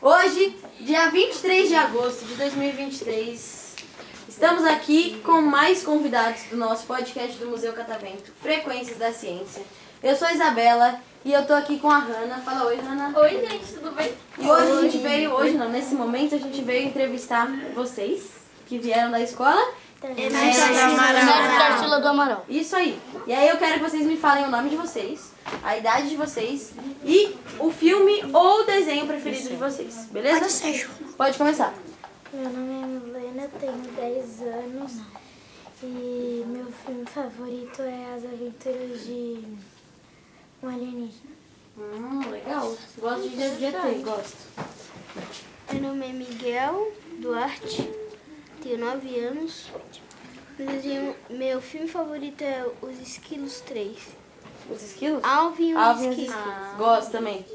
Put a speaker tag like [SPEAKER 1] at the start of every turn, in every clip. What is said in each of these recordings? [SPEAKER 1] Hoje, dia 23 de agosto de 2023, estamos aqui com mais convidados do nosso podcast do Museu Catavento, Frequências da Ciência. Eu sou a Isabela e eu tô aqui com a Hanna. Fala oi, Hanna.
[SPEAKER 2] Oi, gente, tudo bem?
[SPEAKER 1] E hoje a gente veio, hoje não, nesse momento a gente veio entrevistar vocês que vieram da escola.
[SPEAKER 3] É
[SPEAKER 2] do Amaral.
[SPEAKER 1] Isso aí. E aí eu quero que vocês me falem o nome de vocês, a idade de vocês e o filme ou desenho preferido de vocês, beleza? Pode, começar.
[SPEAKER 3] Meu nome é Milena, tenho 10 anos e meu filme favorito é As Aventuras de um Alienígena.
[SPEAKER 1] Hum, legal. Gosto de GT, gosto.
[SPEAKER 3] Meu nome é Miguel Duarte, tenho 9 anos. Meu, desenho- meu filme favorito é Os Esquilos 3.
[SPEAKER 1] Os esquilos?
[SPEAKER 3] Alvin e os
[SPEAKER 1] Alvin e os
[SPEAKER 3] Esquilos.
[SPEAKER 1] esquilos. Gosto também.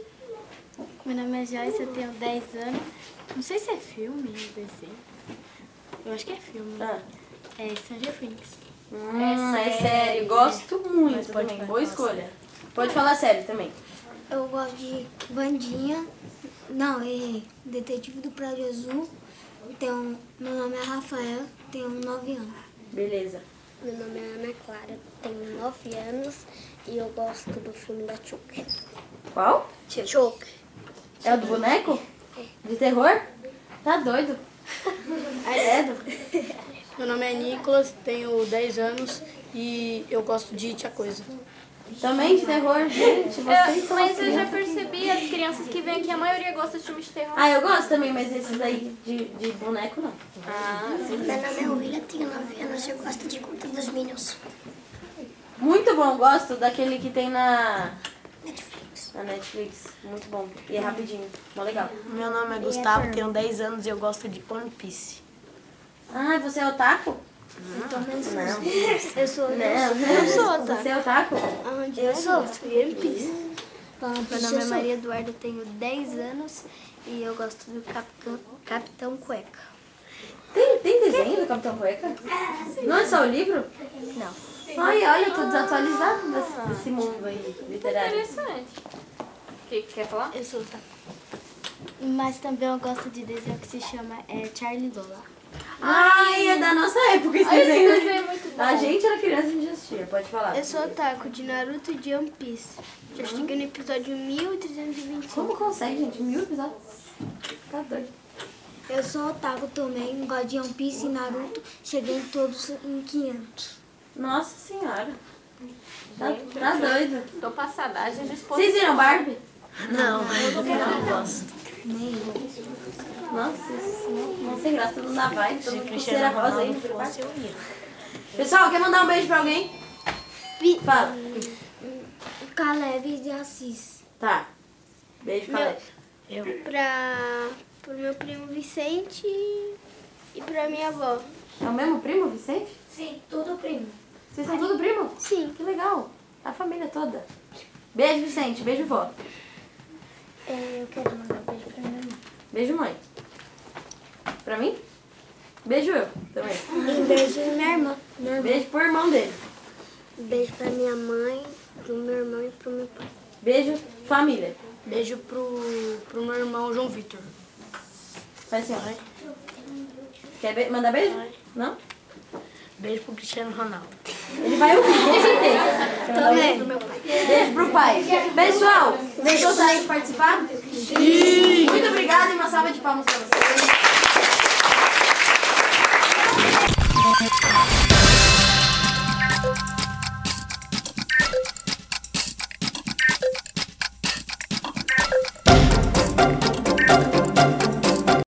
[SPEAKER 2] Meu nome é Joyce, eu tenho 10 anos. Não sei se é filme ou desenho. Eu acho que é filme.
[SPEAKER 1] Ah.
[SPEAKER 2] É Stranger Things.
[SPEAKER 1] Hum, é sério. Gosto muito também. Boa escolha. Pode falar sério também.
[SPEAKER 3] Eu gosto de Bandinha, não, é Detetive do Prédio Azul. Então, meu nome é Rafael, tenho 9 anos.
[SPEAKER 1] Beleza.
[SPEAKER 3] Meu nome é Ana Clara, tenho 9 anos e eu gosto do filme da Chuck.
[SPEAKER 1] Qual?
[SPEAKER 3] Chuck.
[SPEAKER 1] É o do boneco? De terror? Tá doido? Credo.
[SPEAKER 4] Meu nome é Nicolas, tenho 10 anos e eu gosto de Tia Coisa.
[SPEAKER 1] Também de terror, gente. Vocês são
[SPEAKER 2] mas eu já
[SPEAKER 1] assim.
[SPEAKER 2] percebi, as crianças que vêm aqui, a maioria gosta de filmes de terror.
[SPEAKER 1] Ah, eu gosto também, mas esses aí de, de boneco não. Ah, sim.
[SPEAKER 3] Meu nome é William, tenho 9 anos e eu gosto de Conta dos Minions.
[SPEAKER 1] Muito bom, gosto daquele que tem na,
[SPEAKER 3] Netflix.
[SPEAKER 1] na Netflix. Muito bom. E é rapidinho. Mó legal.
[SPEAKER 4] Meu nome é Gustavo, tenho 10 anos e eu gosto de One Piece.
[SPEAKER 1] Ah, você é otaku?
[SPEAKER 3] Eu sou. né?
[SPEAKER 1] Eu sou otaku. Você é otaku?
[SPEAKER 3] Eu sou. One Piece. Meu nome é Maria Eduarda, tenho 10 anos e eu gosto do Capitão, Capitão Cueca.
[SPEAKER 1] Tem, tem desenho do Capitão Cueca? Não é só o livro?
[SPEAKER 3] Não.
[SPEAKER 1] Ai, olha, eu tô desatualizada desse, desse mundo aí, literário.
[SPEAKER 2] Interessante. O que que quer falar?
[SPEAKER 3] Eu sou tá.
[SPEAKER 5] Mas também eu gosto de desenho que se chama é, Charlie Lola.
[SPEAKER 1] Ai, é da nossa época esse
[SPEAKER 2] Ah, esse
[SPEAKER 1] desenho.
[SPEAKER 2] desenho é muito bom.
[SPEAKER 1] A gente era criança e já assistia, pode falar.
[SPEAKER 3] Eu sou otaku de Naruto e de One Piece. Já cheguei no episódio 1325.
[SPEAKER 1] Como consegue, gente? Mil episódios? Tá doido.
[SPEAKER 3] Eu sou otaku também, gosto de One Piece e Naruto. Cheguei em todos em 500.
[SPEAKER 1] Nossa senhora. Tá, tá doido.
[SPEAKER 2] Tô passada, a gente expôs.
[SPEAKER 1] Vocês viram Barbie?
[SPEAKER 3] Nem
[SPEAKER 1] Nossa, isso não, não sem graça, todo mundo na vibe, todo mundo com pulseira rosa aí. prepara. tá? Pessoal, quer mandar um beijo pra alguém? Fala.
[SPEAKER 3] Caleb de Assis.
[SPEAKER 1] Tá. Beijo, Caleb.
[SPEAKER 3] Pra, pro meu primo Vicente e pra minha avó.
[SPEAKER 1] É o mesmo primo, Vicente?
[SPEAKER 3] Sim, tudo primo.
[SPEAKER 1] Vocês são tudo primo?
[SPEAKER 3] Sim.
[SPEAKER 1] Que legal. A família toda. Beijo, Vicente. Beijo, vó.
[SPEAKER 3] Eu quero mandar um beijo pra minha mãe.
[SPEAKER 1] Beijo, mãe. Pra mim? Beijo eu também.
[SPEAKER 3] Um beijo pra minha irmã. Minha irmã.
[SPEAKER 1] Beijo pro irmão dele.
[SPEAKER 3] Beijo pra minha mãe, pro meu irmão e pro meu pai.
[SPEAKER 1] Beijo, família.
[SPEAKER 4] Beijo pro, pro meu irmão João Vitor.
[SPEAKER 1] Faz assim, ó. Quer be- mandar beijo? Não?
[SPEAKER 4] Beijo pro Cristiano Ronaldo.
[SPEAKER 1] Ele vai ouvir, com certeza. Quer mandar um beijo? Beijo pro pai. Pessoal, vocês gostaram de participar? Sim! Muito obrigada e uma salva de palmas pra vocês.